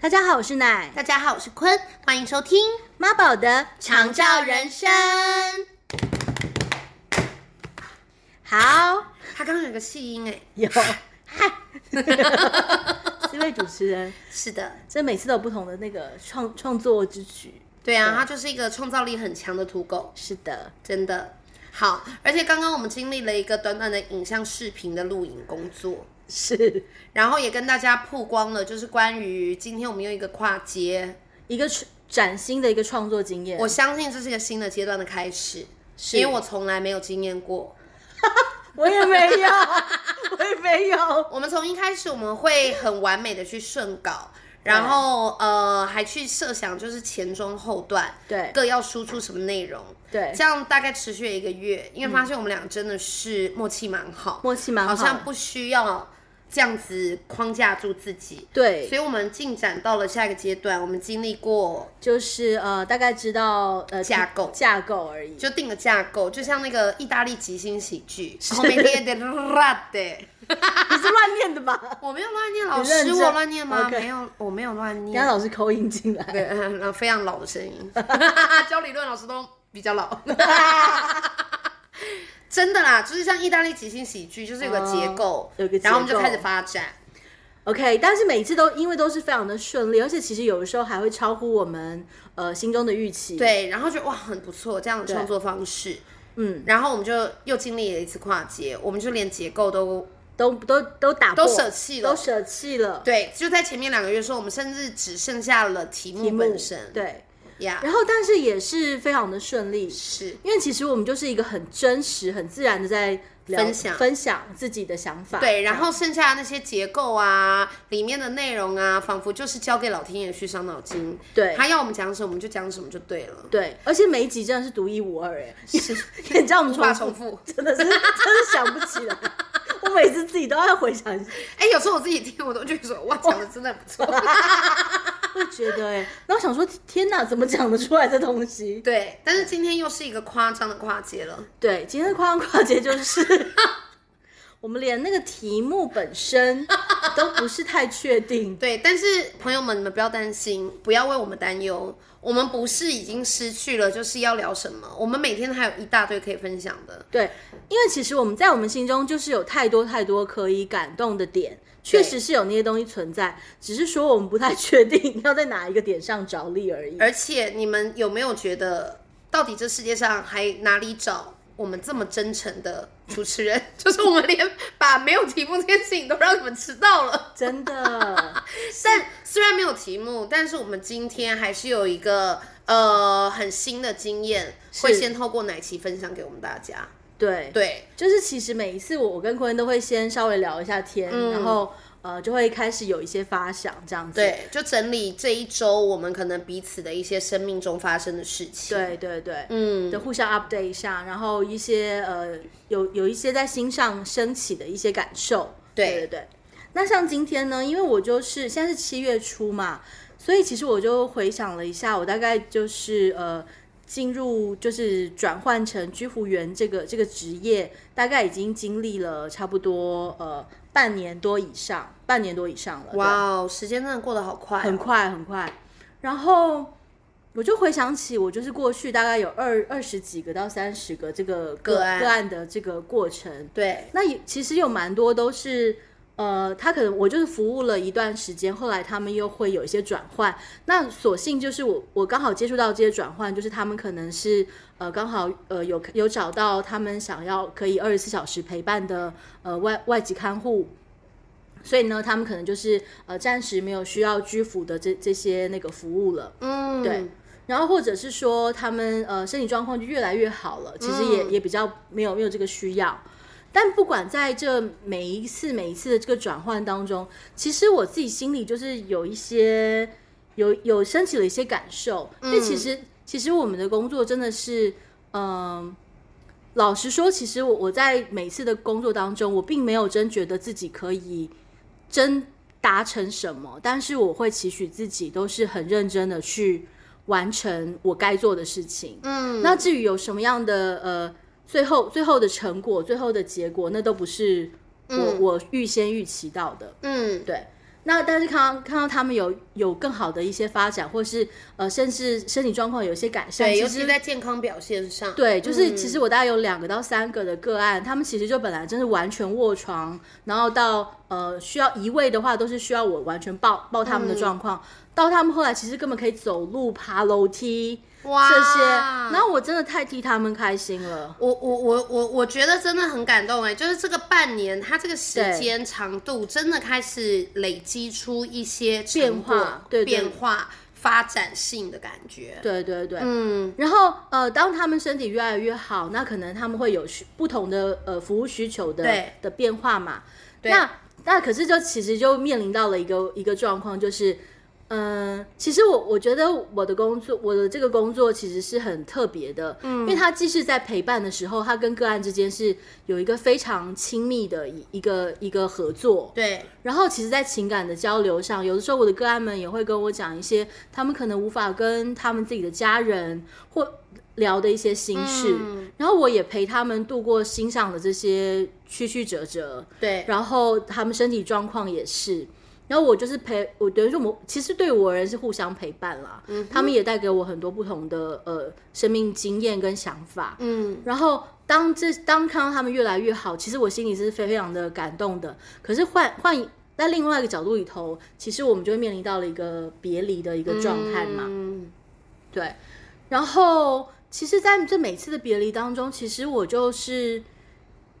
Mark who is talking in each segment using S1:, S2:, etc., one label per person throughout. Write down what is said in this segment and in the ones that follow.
S1: 大家好，我是奶
S2: 大家好，我是坤，欢迎收听《
S1: 妈宝的
S2: 长照人生》。
S1: 好，
S2: 他刚刚有个气音哎，
S1: 有嗨， 四位主持人，
S2: 是的，
S1: 这每次都有不同的那个创创作之举。
S2: 对啊，他就是一个创造力很强的土狗，
S1: 是的，
S2: 真的好。而且刚刚我们经历了一个短短的影像视频的录影工作，
S1: 是
S2: 然后也跟大家曝光了，就是关于今天我们用一个跨阶，
S1: 一个创崭新的一个创作经验。
S2: 我相信这是一个新的阶段的开始，
S1: 是
S2: 因为我从来没有经验过。
S1: 我也没有， 我也没有，
S2: 我们从一开始我们会很完美的去顺稿，然后呃还去设想就是前中后段
S1: 对
S2: 各要输出什么内容，
S1: 对
S2: 这，样大概持续了一个月，因为发现我们俩真的是默契蛮好，
S1: 默契蛮好
S2: 好
S1: 的，
S2: 像不需要这样子框架住自己，
S1: 对
S2: 所，以我们进展到了下一个阶段，我们经历过
S1: 就是呃，大概知道呃
S2: 架构
S1: 架构而已。
S2: 就定个架构，就像那个意大利即兴喜剧，后面贴 的 r 的。
S1: 你是乱念的吧？
S2: 我没有乱念，老
S1: 你认
S2: 师
S1: 真
S2: 我乱念吗
S1: OK
S2: 没有，我没有 乱
S1: 你让
S2: 念。
S1: 老师口音进来，
S2: 对， 嗯然后非常老的声 音，教理论老师都比较老。 真的啦，就是像意大利即兴喜剧，就是有个结构，
S1: 嗯有个结构嗯
S2: 然后我们就开始发展。
S1: OK，但是每一次都因为都是非常的顺利，而且其实有的时候还会超乎我们呃心中的预期。，
S2: 对，然后就哇，很不错这样的创作方式。
S1: 嗯，
S2: 然后我们就又经历了一次跨界，我们就连结构都
S1: 都都都打破
S2: 都舍弃了
S1: 都舍弃了
S2: 对，就在前面两个月说，我们甚至只剩下了题
S1: 题
S2: 目
S1: 目
S2: 本身。
S1: 对，
S2: 呀
S1: 然后但是也是非常的顺利，
S2: 是
S1: 因为其实我们就是一个很真实、很自然的在聊
S2: 分享
S1: 分享自己的想法。
S2: 对，然后剩下的那些结构啊，里面的内容啊，仿佛就是交给老天爷去伤脑筋。
S1: 对
S2: 他要我们讲什么，我们就讲什么就对了，
S1: 对，而且每一集真的是独一无二 哎，是，你知道我们
S2: 无法
S1: 重
S2: 重
S1: 复
S2: 复。
S1: 真的是真的想不起来， 我每次自己都要回想一下，
S2: 哎、有时候我自己听，我都觉得说，哇，讲的真的不 错。
S1: 会觉得哎，然后想说天哪，怎么讲得出来这东西？
S2: 对，但是今天又是一个夸张的跨界了。
S1: 对，今天的跨行跨节就是， 我们连那个题目本身都不是太确定。
S2: 对，但是朋友们，你们不要担心，不要为我们担忧。我们不是已经失去了，就是要聊什么？我们每天还有一大堆可以分享的。
S1: 对，因为其实我们在我们心中就是有太多太多可以感动的点，确实是有那些东西存在，只是说我们不太确定要在哪一个点上着力而已。
S2: 而且你们有没有觉得，到底这世界上还哪里找我们这么真诚的主持人？ 就是我们连把没有题目这件事情都让你们知道了。
S1: 真的，
S2: 但虽然没有题目，但是我们今天还是有一个呃很新的经验，
S1: 是
S2: 会先透过奶奇分享给我们大家。
S1: 对，
S2: 对，
S1: 就是其实每一次我我跟坤都会先稍微聊一下天，然后呃就会开始有一些发想这样子。
S2: 对，就整理这一周我们可能彼此的一些生命中发生的事情。，
S1: 对对对，
S2: 嗯，
S1: 就互相 update 一下，然后一些呃有有一些在心上升起的一些感受，
S2: 对
S1: 对对对。那像今天呢，因为我就是现在是七月初嘛，所以其实我就回想了一下，我大概就是呃进入就是转换成居服员这个这个职业，大概已经经历了差不多呃半年多以上，半年多以上了，对
S2: 哇哦，时间真的过得好快、
S1: 很
S2: 哦。
S1: 快很快。然后我就回想起，我就是过去大概有二二十几个到三十个这个个
S2: 个案
S1: 个案的这个过程。
S2: 对，
S1: 那也其实有蛮多都是。呃，他可能我就是服务了一段时间，后来他们又会有一些转换。那所幸就是我我刚好接触到这些转换，就是他们可能是呃刚好呃有有找到他们想要可以二十四小时陪伴的呃外外籍看护，所以呢，他们可能就是呃暂时没有需要居服的这这些那个服务了。
S2: 嗯，
S1: 对然后或者是说他们呃身体状况就越来越好了，其实也、
S2: 嗯
S1: 也比较没有没有这个需要。但不管在这每一次每一次的这个转换当中，其实我自己心里就是有一些有有升起了一些感受，因为其实其实我们的工作真的是，嗯、老实说，其实我我在每次的工作当中，我并没有真觉得自己可以真达成什么，但是我会期许自己都是很认真的去完成我该做的事情。
S2: 嗯，
S1: 那至于有什么样的呃，最后最后的成果、最后的结果，那都不是我、我预先预期到的。
S2: 嗯，
S1: 对，那但是看到看到他们有有更好的一些发展，或是呃，甚至身体状况有一些改善，
S2: 对，
S1: 其
S2: 尤
S1: 实
S2: 其在健康表现上，
S1: 对，就是其实我大概有两个到三个的个案，他们其实就本来真是完全卧床，然后到呃需要移位的话，都是需要我完全抱抱他们的状况，到他们后来其实根本可以走路、爬楼梯
S2: 哇，
S1: 这些，然后我真的太替他们开心了。
S2: 我我我我我觉得真的很感动哎、就是这个半年，它这个时间长度真的开始累积出一些成
S1: 变化
S2: 果
S1: 对对
S2: 变化发展性的感觉。
S1: 对对对，
S2: 嗯，
S1: 然后呃，当他们身体越来越好，那可能他们会有需不同的呃服务需求的
S2: 对
S1: 的变化嘛。
S2: 对
S1: 那那可是就其实就面临到了一个一个状况，就是嗯、呃其实我我觉得我的工作，我的这个工作其实是很特别的，嗯，因为它既是在陪伴的时候，它跟个案之间是有一个非常亲密的一一个一个合作，
S2: 对，
S1: 然后其实，在情感的交流上，有的时候我的个案们也会跟我讲一些他们可能无法跟他们自己的家人或聊的一些心事，
S2: 嗯
S1: 然后我也陪他们度过心上的这些曲曲折折，
S2: 对，
S1: 然后他们身体状况也是。然后我就是陪我，等于说我们其实对我而言是互相陪伴啦。他们也带给我很多不同的呃生命经验跟想法。
S2: 嗯，
S1: 然后当这当看到他们越来越好，其实我心里是非非常的感动的。可是换换在另外一个角度里头，其实我们就会面临到了一个别离的一个状态嘛。
S2: 嗯
S1: 对，然后其实，在这每次的别离当中，其实我就是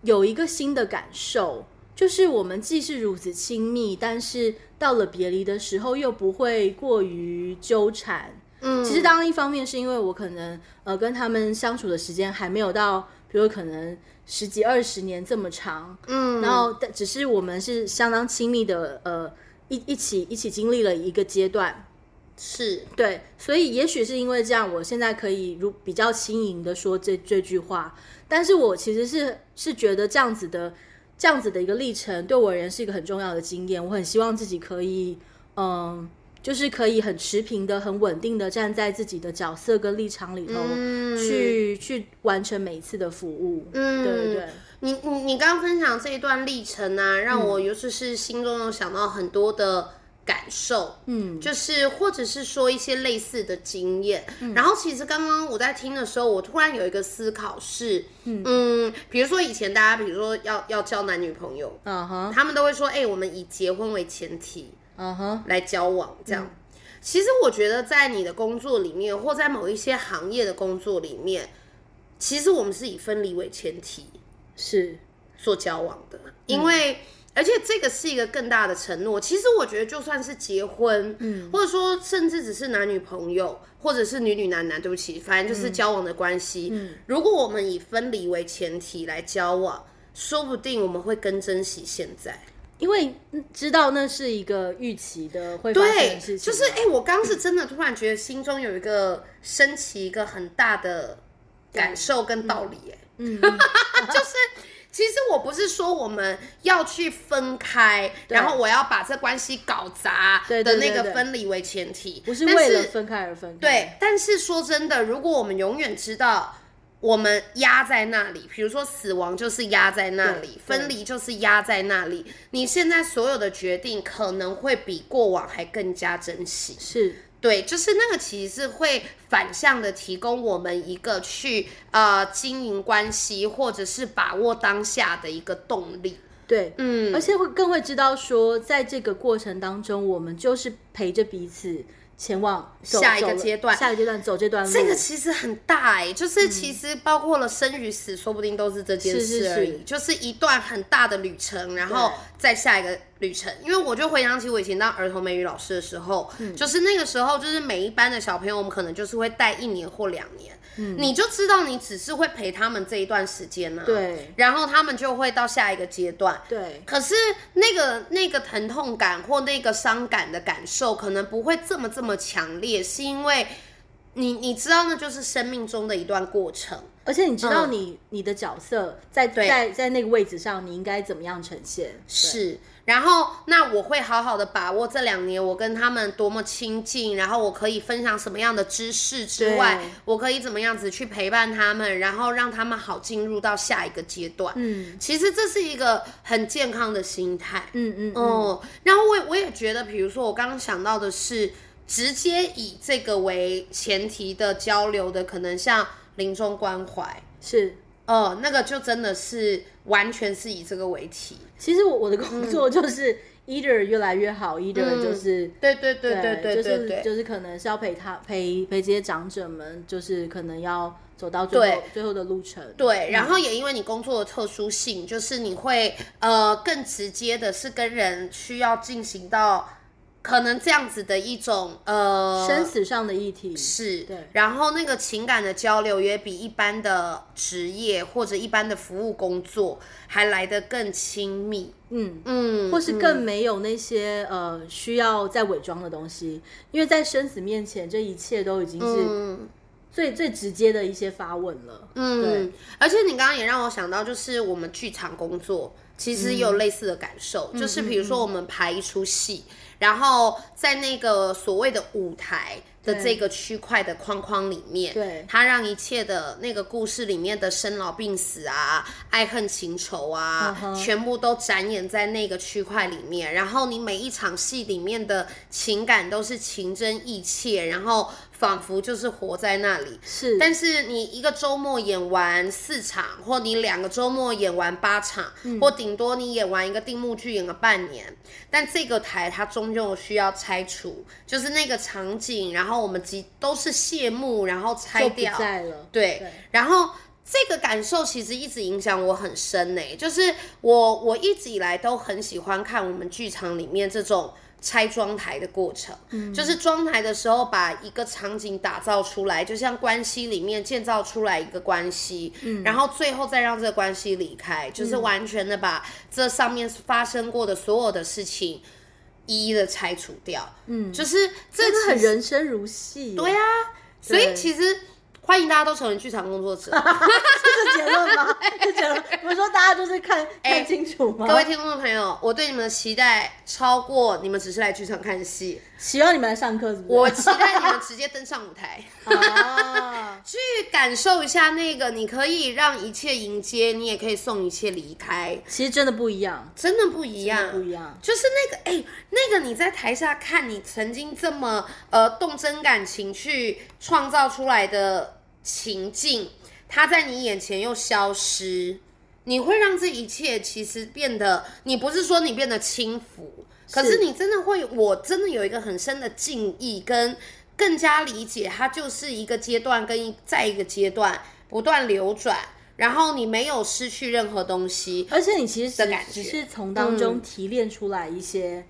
S1: 有一个新的感受，就是我们既是如此亲密，但是到了别离的时候，又不会过于纠缠。
S2: 嗯，
S1: 其实当然一方面是因为我可能呃跟他们相处的时间还没有到，比如可能十几二十年这么长，
S2: 嗯，
S1: 然后但只是我们是相当亲密的，呃一一起一起经历了一个阶段，
S2: 是
S1: 对，所以也许是因为这样，我现在可以如比较轻盈的说这这句话，但是我其实是是觉得这样子的这样子的一个历程对我而言是一个很重要的经验，我很希望自己可以，嗯，就是可以很持平的、很稳定的站在自己的角色跟立场里头、
S2: 嗯
S1: 去去完成每一次的服务，
S2: 嗯
S1: 对对对，
S2: 你你你刚刚分享这一段历程啊，让
S1: 嗯
S2: 我尤其是心中有想到很多的感受，
S1: 嗯，
S2: 就是或者是说一些类似的经验。
S1: 嗯
S2: 然后其实刚刚我在听的时候，我突然有一个思考是，嗯比如说以前大家比如说要要交男女朋友，
S1: 嗯哼，
S2: 他们都会说，哎、我们以结婚为前提
S1: 嗯哼，
S2: 来交往这样。其实我觉得在你的工作里面，或在某一些行业的工作里面，其实我们是以分离为前提。
S1: 是，
S2: 做交往的，
S1: 嗯
S2: 因为、而且这个是一个更大的承诺。其实我觉得，就算是结婚，嗯，或者说甚至只是男女朋友，或者是女女男男，对不起，反正就是交往的关系。嗯，如果我们以分离为前提来交往，说不定我们会更珍惜现在。
S1: 因为知道那是一个预期的会发生
S2: 对
S1: 的事情，，啊
S2: 就是哎、我刚是真的突然觉得心中有一个升起一个很大的感受跟道理、哎、
S1: 嗯。
S2: 其实我不是说我们要去分开，
S1: 对
S2: 然后我要把这关系搞砸
S1: 对
S2: 的
S1: 对
S2: 那
S1: 对
S2: 个
S1: 对
S2: 分离为前提，
S1: 不是
S2: 但
S1: 为了分开而分开。
S2: 对，但是说真的，如果我们永远知道我们压在那里，比如说死亡就是压在那
S1: 对
S2: 里
S1: 对，
S2: 分离就是压在那里，你现在所有的决定可能会比过往还更加珍惜。
S1: 是
S2: 对，就是那个其实是会反向的提供我们一个去呃经营关系，或者是把握当下的一个动力。
S1: 对，
S2: 嗯
S1: 而且会更会知道说，在这个过程当中，我们就是陪着彼此前往走
S2: 下一个
S1: 走了
S2: 阶段
S1: 下一个阶段走这段路。
S2: 这个其实很大哎、
S1: 嗯
S2: 就是其实包括了生与死，说不定都是这件
S1: 是
S2: 事
S1: 是
S2: 而已，
S1: 是
S2: 就是一段很大的旅程，然后
S1: 对
S2: 再下一个旅程。因为我就回想起我以前当儿童美语老师的时候，
S1: 嗯
S2: 就是那个时候，就是每一班的小朋友，我们可能就是会带一年或两年，
S1: 嗯
S2: 你就知道你只是会陪他们这一段时间呢、啊，
S1: 对
S2: 然后他们就会到下一个阶段。
S1: 对
S2: 可是那个那个疼痛感或那个伤感的感受，可能不会这么这么强烈，是因为你你知道，那就是生命中的一段过程。
S1: 而且你知道
S2: 嗯
S1: 你、你的角色在
S2: 对
S1: 在在那个位置上，你应该怎么样呈现？对，
S2: 是，然后，那我会好好的把握这两年我跟他们多么亲近，然后我可以分享什么样的知识之外
S1: 对，
S2: 我可以怎么样子去陪伴他们，然后让他们好进入到下一个阶段。
S1: 嗯
S2: 其实这是一个很健康的心态。
S1: 嗯嗯嗯，
S2: 哦，然后我也我也觉得，比如说我刚刚想到的是，直接以这个为前提的交流的，可能像临终关怀，
S1: 是。
S2: 哦，那个就真的是完全是以这个为题。
S1: 其实我我的工作就是、either 越来越好，either
S2: 嗯
S1: 就是。
S2: 对对对对对对
S1: 就
S2: 对
S1: 是就是可能是要陪他陪陪这些长者们，就是可能要走到最
S2: 对
S1: 后最后的路程。
S2: 对，然后也因为你工作的特殊性，就是你会呃更直接的是跟人需要进行到可能这样子的一种呃
S1: 生死上的议题，
S2: 是，
S1: 对
S2: 然后那个情感的交流也比一般的职业或者一般的服务工作还来得更亲密，
S1: 嗯，
S2: 嗯，
S1: 或是更没有那些、呃需要再伪装的东西，因为在生死面前，这一切都已经是
S2: 嗯
S1: 最、最直接的一些发问了。
S2: 嗯，而且你刚刚也让我想到，就是我们剧场工作其实有类似的感受，
S1: 嗯
S2: 就是比如说我们排一出戏，然后在那个所谓的舞台的
S1: 对
S2: 这个区块的框框里面，
S1: 对
S2: 它让一切的那个故事里面的生老病死啊、爱恨情仇啊
S1: 嗯哼
S2: 全部都展演在那个区块里面。然后你每一场戏里面的情感都是情真意切，然后仿佛就是活在那里。
S1: 是，
S2: 但是你一个周末演完四场，或你两个周末演完八场，
S1: 嗯
S2: 或顶多你演完一个定目剧演个半年，但这个台它终究需要拆除，就是那个场景，然后我们集都是谢幕，然后拆
S1: 就不
S2: 掉，
S1: 在了。
S2: 对，
S1: 对
S2: 然后这个感受其实一直影响我很深呢、就是我我一直以来都很喜欢看我们剧场里面这种拆装台的过程，
S1: 嗯
S2: 就是装台的时候把一个场景打造出来，就像关系里面建造出来一个关系，
S1: 嗯
S2: 然后最后再让这个关系离开，就是完全的把这上面发生过的所有的事情。一一的拆除掉，嗯，就是这
S1: 真的很
S2: 其实
S1: 人生如 戏，
S2: 对
S1: 呀、
S2: 啊，所
S1: 对
S2: 以其实欢迎大家都成为剧场工作者，
S1: 这是结论吗？这结论，我说大家就是看、
S2: 哎
S1: 看清楚吗？
S2: 各位听众朋友，我对你们的期待超过你们只是来剧场看戏，
S1: 希望你们来上课，是不是？
S2: 我期待你们直接登上舞台，
S1: 啊，
S2: 去感受一下那个，你可以让一切迎接，你也可以送一切离开，
S1: 其实真的不一样，
S2: 真的不一样，
S1: 不一样。
S2: 就是那个哎、那个你在台下看你曾经这么呃动真感情去创造出来的情境，它在你眼前又消失，你会让这一切其实变得，你不是说你变得轻浮，可
S1: 是
S2: 是你真的会，我真的有一个很深的敬意跟更加理解，它就是一个阶段跟一再一个阶段不断流转，然后你没有失去任何东西，
S1: 而且你其实
S2: 的感
S1: 只
S2: 觉嗯
S1: 是从当中提炼出来一些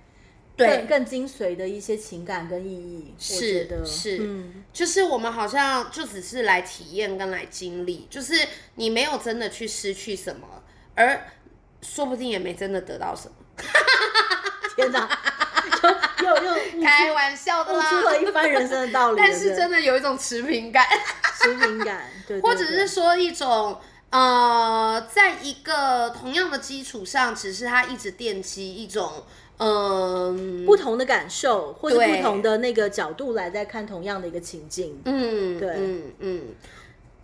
S2: 对
S1: 更更精髓的一些情感跟意义，我觉得
S2: 是
S1: 嗯，
S2: 就是我们好像就只是来体验跟来经历，就是你没有真的去失去什么，而说不定也没真的得到什么。
S1: 天哪， 又又又悟出
S2: 开玩笑的
S1: 悟出
S2: 啦，
S1: 了一番人生的道理了，
S2: 但是真的有一种持平感，
S1: 是敏 感，对，对
S2: 或者是
S1: 对
S2: 说一种呃，在一个同样的基础上，只是它一直奠基一种嗯、
S1: 不同的感受，或者
S2: 对
S1: 不同的那个角度来在看同样的一个情境，
S2: 嗯
S1: 对
S2: 嗯嗯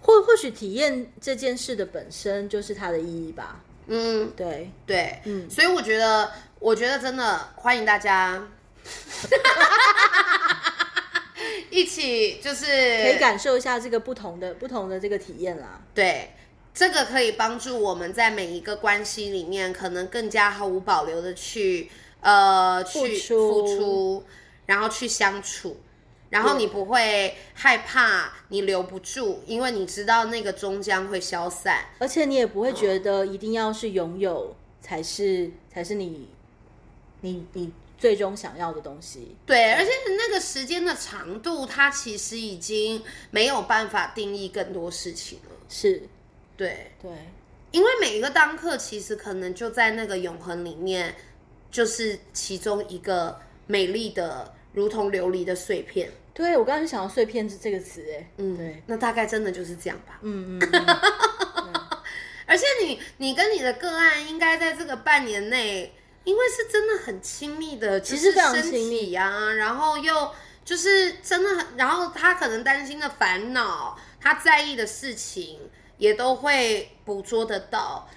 S1: 或或许体验这件事的本身就是它的意义吧，
S2: 嗯，
S1: 对，
S2: 对，
S1: 嗯
S2: 所以我觉得，我觉得真的欢迎大家 一起，就是
S1: 可以感受一下这个不同的不同的这个体验啦，
S2: 对。这个可以帮助我们在每一个关系里面，可能更加毫无保留的去呃去
S1: 出
S2: 付出，然后去相处，然后你不会害怕你留不住，因为你知道那个终将会消散。
S1: 而且你也不会觉得一定要是拥有才是才是你你你最终想要的东西。
S2: 对，而且那个时间的长度，它其实已经没有办法定义更多事情了。
S1: 是，
S2: 对，
S1: 对，
S2: 因为每一个当刻，其实可能就在那个永恒里面，就是其中一个美丽的，如同琉璃的碎片。
S1: 对我刚刚就想到“碎片”这个词，哎，
S2: 嗯，
S1: 对，
S2: 那大概真的就是这样吧。
S1: 嗯嗯嗯，
S2: 而且你，你跟你的个案应该在这个半年内，因为是真的很亲密的，
S1: 其
S2: 其
S1: 实非常
S2: 身
S1: 亲密
S2: 体呀、然后又就是真的很，然后他可能担心的烦恼，他在意的事情也都会捕捉得到。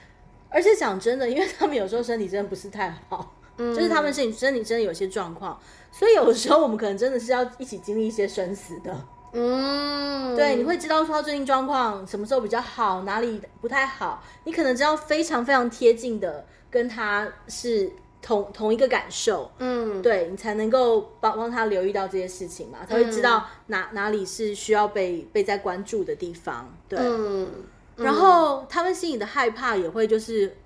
S1: 而且讲真的，因为他们有时候身体真的不是太好，
S2: 嗯
S1: 就是他们身体身体真的有些状况，所以有时候我们可能真的是要一起经历一些生死的。
S2: 嗯，
S1: 对，你会知道说他最近状况什么时候比较好，哪里不太好，你可能知道非常非常贴近的跟他是同同一个感受，
S2: 嗯，
S1: 对你才能够帮帮他留意到这些事情嘛，才会知
S2: 嗯
S1: 道哪、哪里是需要被被在关注的地方。对，
S2: 嗯，
S1: 然后他们心里的害怕也会就是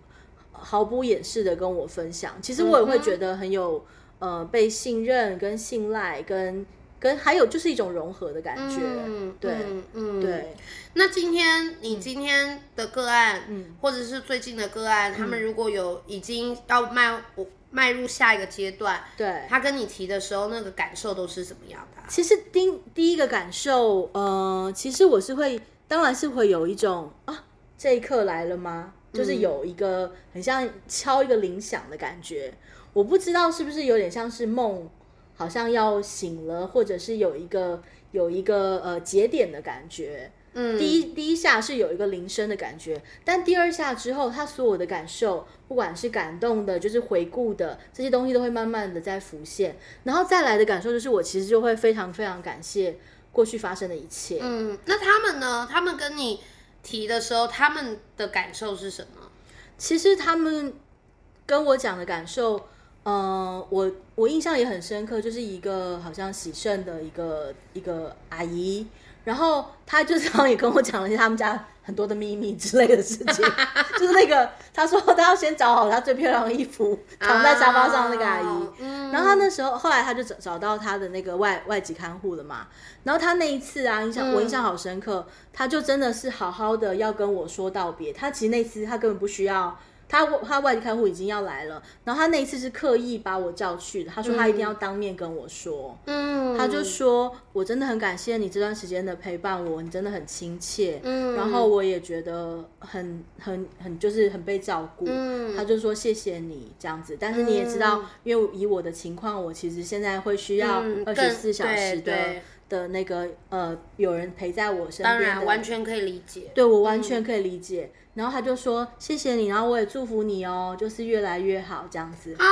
S1: 毫不掩饰的跟我分享。其实
S2: 嗯
S1: 我也会觉得很有、呃被信任、跟信赖、跟跟还有就是一种融合的感觉。
S2: 嗯，
S1: 对、
S2: 嗯嗯，
S1: 对，
S2: 那今天你今天的个案，
S1: 嗯
S2: 或者是最近的个案，他们如果有已经要迈我迈入下一个阶段，
S1: 对
S2: 他跟你提的时候，那个感受都是怎么样的啊、
S1: 其实第第一个感受，呃，其实我是会，当然是会有一种啊，这一刻来了吗？就是有一个很像敲一个铃响的感觉。我不知道是不是有点像是梦，好像要醒了，或者是有一个有一个呃节点的感觉。
S2: 嗯，
S1: 第一第一下是有一个铃声的感觉，但第二下之后，他所有的感受，不管是感动的，就是回顾的这些东西，都会慢慢的在浮现。然后再来的感受就是，我其实就会非常非常感谢过去发生的一切。
S2: 嗯，那他们呢？他们跟你提的时候，他们的感受是什么？
S1: 其实他们跟我讲的感受，呃，我我印象也很深刻，就是一个好像喜盛的一个一个阿姨，然后她就是好像也跟我讲了一些他们家很多的秘密之类的事情，就是那个她说她要先找好她最漂亮的衣服，躺在沙发上的那个阿姨。
S2: 哦嗯，
S1: 然后他那时候，后来他就找找到他的那个外外籍看护了嘛。然后他那一次啊，印象、我印象好深刻，他就真的是好好的要跟我说道别。他其实那次他根本不需要，他他外籍看护已经要来了，然后他那一次是刻意把我叫去的，他说他一定要当面跟我说。
S2: 嗯，
S1: 他就说：“我真的很感谢你这段时间的陪伴我，你真的很亲切，
S2: 嗯
S1: 然后我也觉得很很很就是很被照顾。
S2: 嗯
S1: 他就说谢谢你这样子，但是你也知道，因为以我的情况，我其实现在会需要
S2: 嗯
S1: 二
S2: 更
S1: 十四小时的、
S2: 对对
S1: 的那个呃有人陪在我身
S2: 当
S1: 边
S2: 然
S1: 的，
S2: 完全嗯可以理解。哦
S1: 对我完全可以理解。然后他就说谢谢你，然后我也祝福你哦，就是越来越好这样子。
S2: 啊，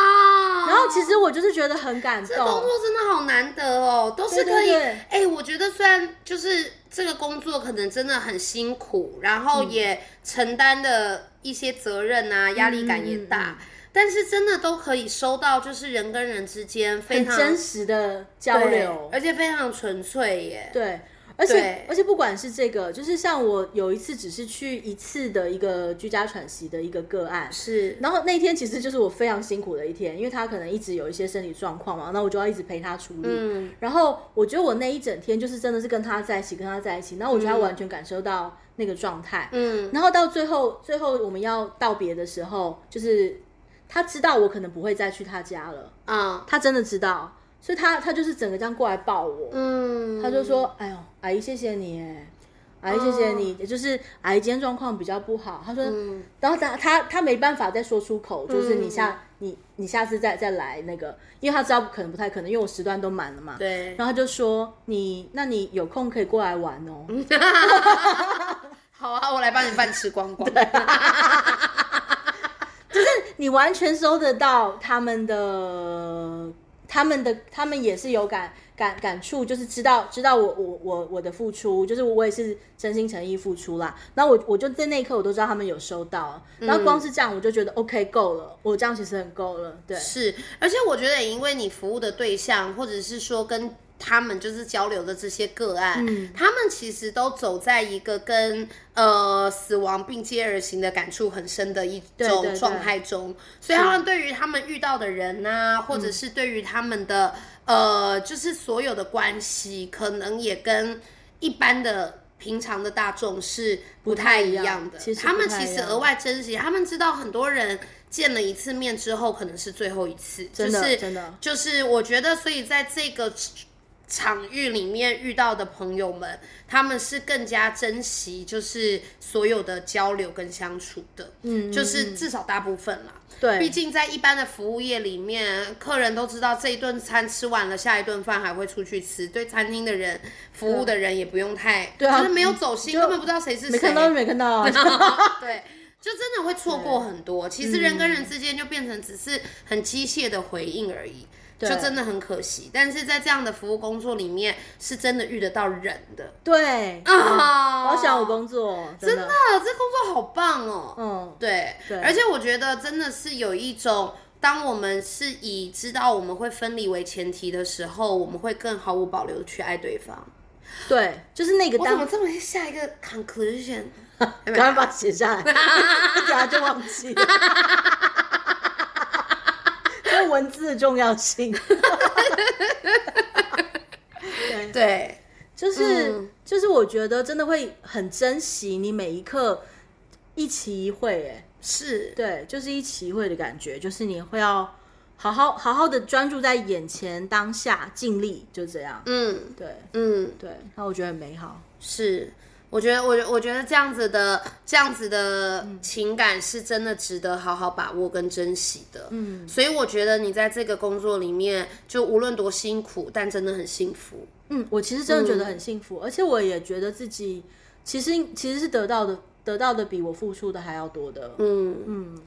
S1: 然后其实我就是觉得很感动，
S2: 这工作真的好难得哦，都是可以。
S1: 对对对
S2: 哎、我觉得虽然就是这个工作可能真的很辛苦，然
S1: 嗯
S2: 后也承担的一些责任啊，压力感也
S1: 嗯
S2: 大，但是真的都可以收到，就是人跟人之间非
S1: 很
S2: 常
S1: 真实的交
S2: 对
S1: 流，
S2: 而且非常纯粹耶。
S1: 对，而且
S2: 对
S1: 而且不管是这个，就是像我有一次只是去一次的一个居家喘息的一个个案，
S2: 是，
S1: 然后那天其实就是我非常辛苦的一天，因为他可能一直有一些身体状况嘛，那我就要一直陪他处理。
S2: 嗯
S1: 然后我觉得我那一整天就是真的是跟他在一起，跟他在一起，然后我觉得他完全感受到那个状态。
S2: 嗯
S1: 然后到最后，最后我们要道别的时候，就是他知道我可能不会再去他家了，
S2: 啊
S1: 他真的知道，所以他他就是整个这样过来抱我，
S2: 嗯，
S1: 他就说：“哎呦，阿姨谢谢你，哎，阿姨谢谢你，也就是阿姨今天状况比较不好。”他说，然后他他他没办法再说出口，就是你下、你你下次再再来那个，因为他知道可能不太可能，因为我时段都满了嘛。
S2: 对，
S1: 然后他就说：“你那你有空可以过来玩哦。
S2: 好啊，我来帮你饭吃光光。
S1: 你完全收得到他们的。他们的他们也是有感感感触，就是知道知道我我我我的付出，就是我也是真心诚意付出啦。然后我我就在那一刻我都知道他们有收到，然后
S2: 嗯
S1: 光是这样我就觉得 OK 够了，我这样其实很够了，对，
S2: 是，而且我觉得也因为你服务的对象，或者是说跟他们就是交流的这些个案，
S1: 嗯
S2: 他们其实都走在一个跟呃死亡并接而行的感触很深的一
S1: 对对
S2: 种
S1: 对
S2: 状态中，所以他们对于他们遇到的人呐、或
S1: 嗯
S2: 者是对于他们的、呃，就是所有的关系，可能也跟一般的。平常的大众是不太一样
S1: 不
S2: 的，
S1: 太一样其实
S2: 他们
S1: 不太
S2: 其
S1: 一
S2: 实
S1: 样
S2: 额外珍惜，他们知道很多人见了一次面之后，可能是最后一次，
S1: 真的
S2: 就是
S1: 真的
S2: 就是我觉得，所以在这个场域里面遇到的朋友们，他们是更加珍惜就是所有的交流跟相处的，
S1: 嗯，
S2: 就是至少大部分啦。毕
S1: 对，
S2: 竟在一般的服务业里面，客人都知道这一顿餐吃完了，下一顿饭还会出去吃。对餐厅的人、服务的人也不用太，
S1: 嗯对啊
S2: 就是没有走心，根本不知道谁是
S1: 没
S2: 谁。
S1: 看到就没看到啊，
S2: 对，就真的会错过很多。其实人跟
S1: 嗯
S2: 人之间就变成只是很机械的回应而已，就
S1: 对
S2: 真的很可惜。但是在这样的服务工作里面，是真的遇得到人的
S1: 对，
S2: 啊！
S1: 嗯我好喜欢我工作，真
S2: 真
S1: 的
S2: 的，，这工作好棒哦。
S1: 嗯，
S2: 对，
S1: 对
S2: 而且我觉得真的是有一种，当我们是以知道我们会分离为前提的时候，我们会更毫无保留的去爱对方。
S1: 对，就是那个
S2: 我怎
S1: 当
S2: 么这么下一个 conclusion？
S1: 赶快把它写下来，等下就忘记了。这文字的重要性，对，
S2: 对，
S1: 就是、
S2: 嗯
S1: 就是，我觉得真的会很珍惜你每一刻一期一会，哎，
S2: 是，
S1: 对，就是一期一会的感觉，就是你会要好好好好的专注在眼前当下，尽力就这样，
S2: 嗯
S1: 对
S2: 嗯，
S1: 对，那我觉得很美好，
S2: 是，我觉得，我觉我觉得这样子的这样子的情感是真的值得好好把握跟珍惜的。
S1: 嗯
S2: 所以我觉得你在这个工作里面，就无论多辛苦，但真的很幸福。
S1: 嗯，我其实真的觉得很幸福，而且我也觉得自己其实其实是得到的，得到的比我付出的还要多的。
S2: 嗯，
S1: 嗯，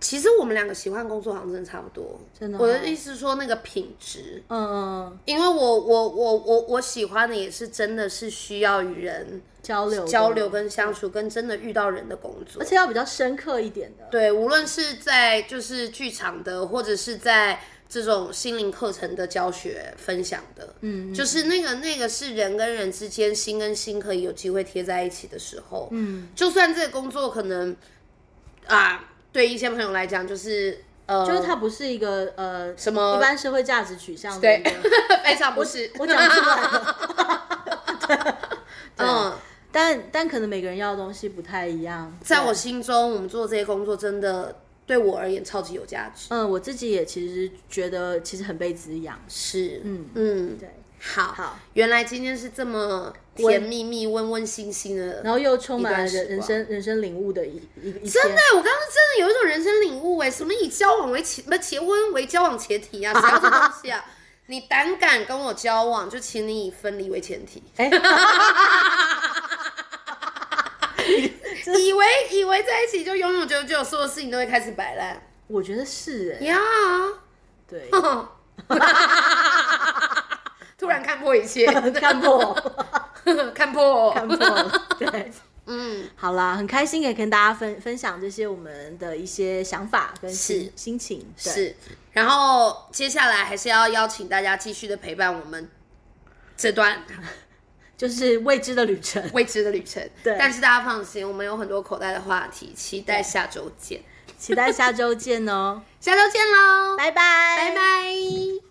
S2: 其实我们两个喜欢工作好像真的差不多。
S1: 真的哦
S2: 我的意思是说那个品质，
S1: 嗯，
S2: 因为我我我我我喜欢的也是真的是需要与人
S1: 交流的
S2: 交流，跟相处，跟真的遇到人的工作
S1: 而。且要比较深刻一点的。
S2: 对，无论是在就是剧场的，或者是在这种心灵课程的教学分享的，
S1: 嗯，
S2: 就是那个那个是人跟人之间心跟心可以有机会贴在一起的时候，
S1: 嗯，
S2: 就算这个工作可能啊，对一些朋友来讲就是呃，
S1: 就是它不是一个呃
S2: 什么
S1: 一般社会价值取向的
S2: 对
S1: 一个。
S2: 非常不 是，
S1: 哎我讲出来了，
S2: 嗯，
S1: 但但可能每个人要的东西不太一样。
S2: 在我
S1: 对啊
S2: 心中，我们做这些工作真的对我而言超级有价值，
S1: 嗯，我自己也其实觉得其实很被滋养。
S2: 是，
S1: 嗯
S2: 嗯，
S1: 对，
S2: 好，
S1: 好，
S2: 原来今天是这么甜蜜蜜、温温馨馨的，
S1: 然后又充满了
S2: 一段
S1: 人人
S2: 时光
S1: 生人生领悟的一一一
S2: 真
S1: 真
S2: 的，我刚刚真的有一种人生领悟哎，什么以交往为前，不结婚为交往前提啊，啥这东西啊？你胆敢跟我交往，就请你以分离为前提。
S1: 哎，
S2: 以为以为在一起就永永久久，所有事情都会开始摆烂
S1: 我觉得是哎、
S2: 呀。
S1: 对，
S2: 哦突然看破一切，
S1: 看破，
S2: 看破，
S1: 看破了，对。
S2: 嗯，
S1: 好啦，很开心也跟大家分分享这些我们的一些想法跟心心情。对，
S2: 是。然后接下来还是要邀请大家继续的陪伴我们这段
S1: 就是未知的旅程。
S2: 未知的旅程。
S1: 对
S2: 但是大家放心，我们有很多口袋的话题，期待下周见，
S1: 期待下周见哦，
S2: 下周见喽，
S1: 拜拜，
S2: 拜拜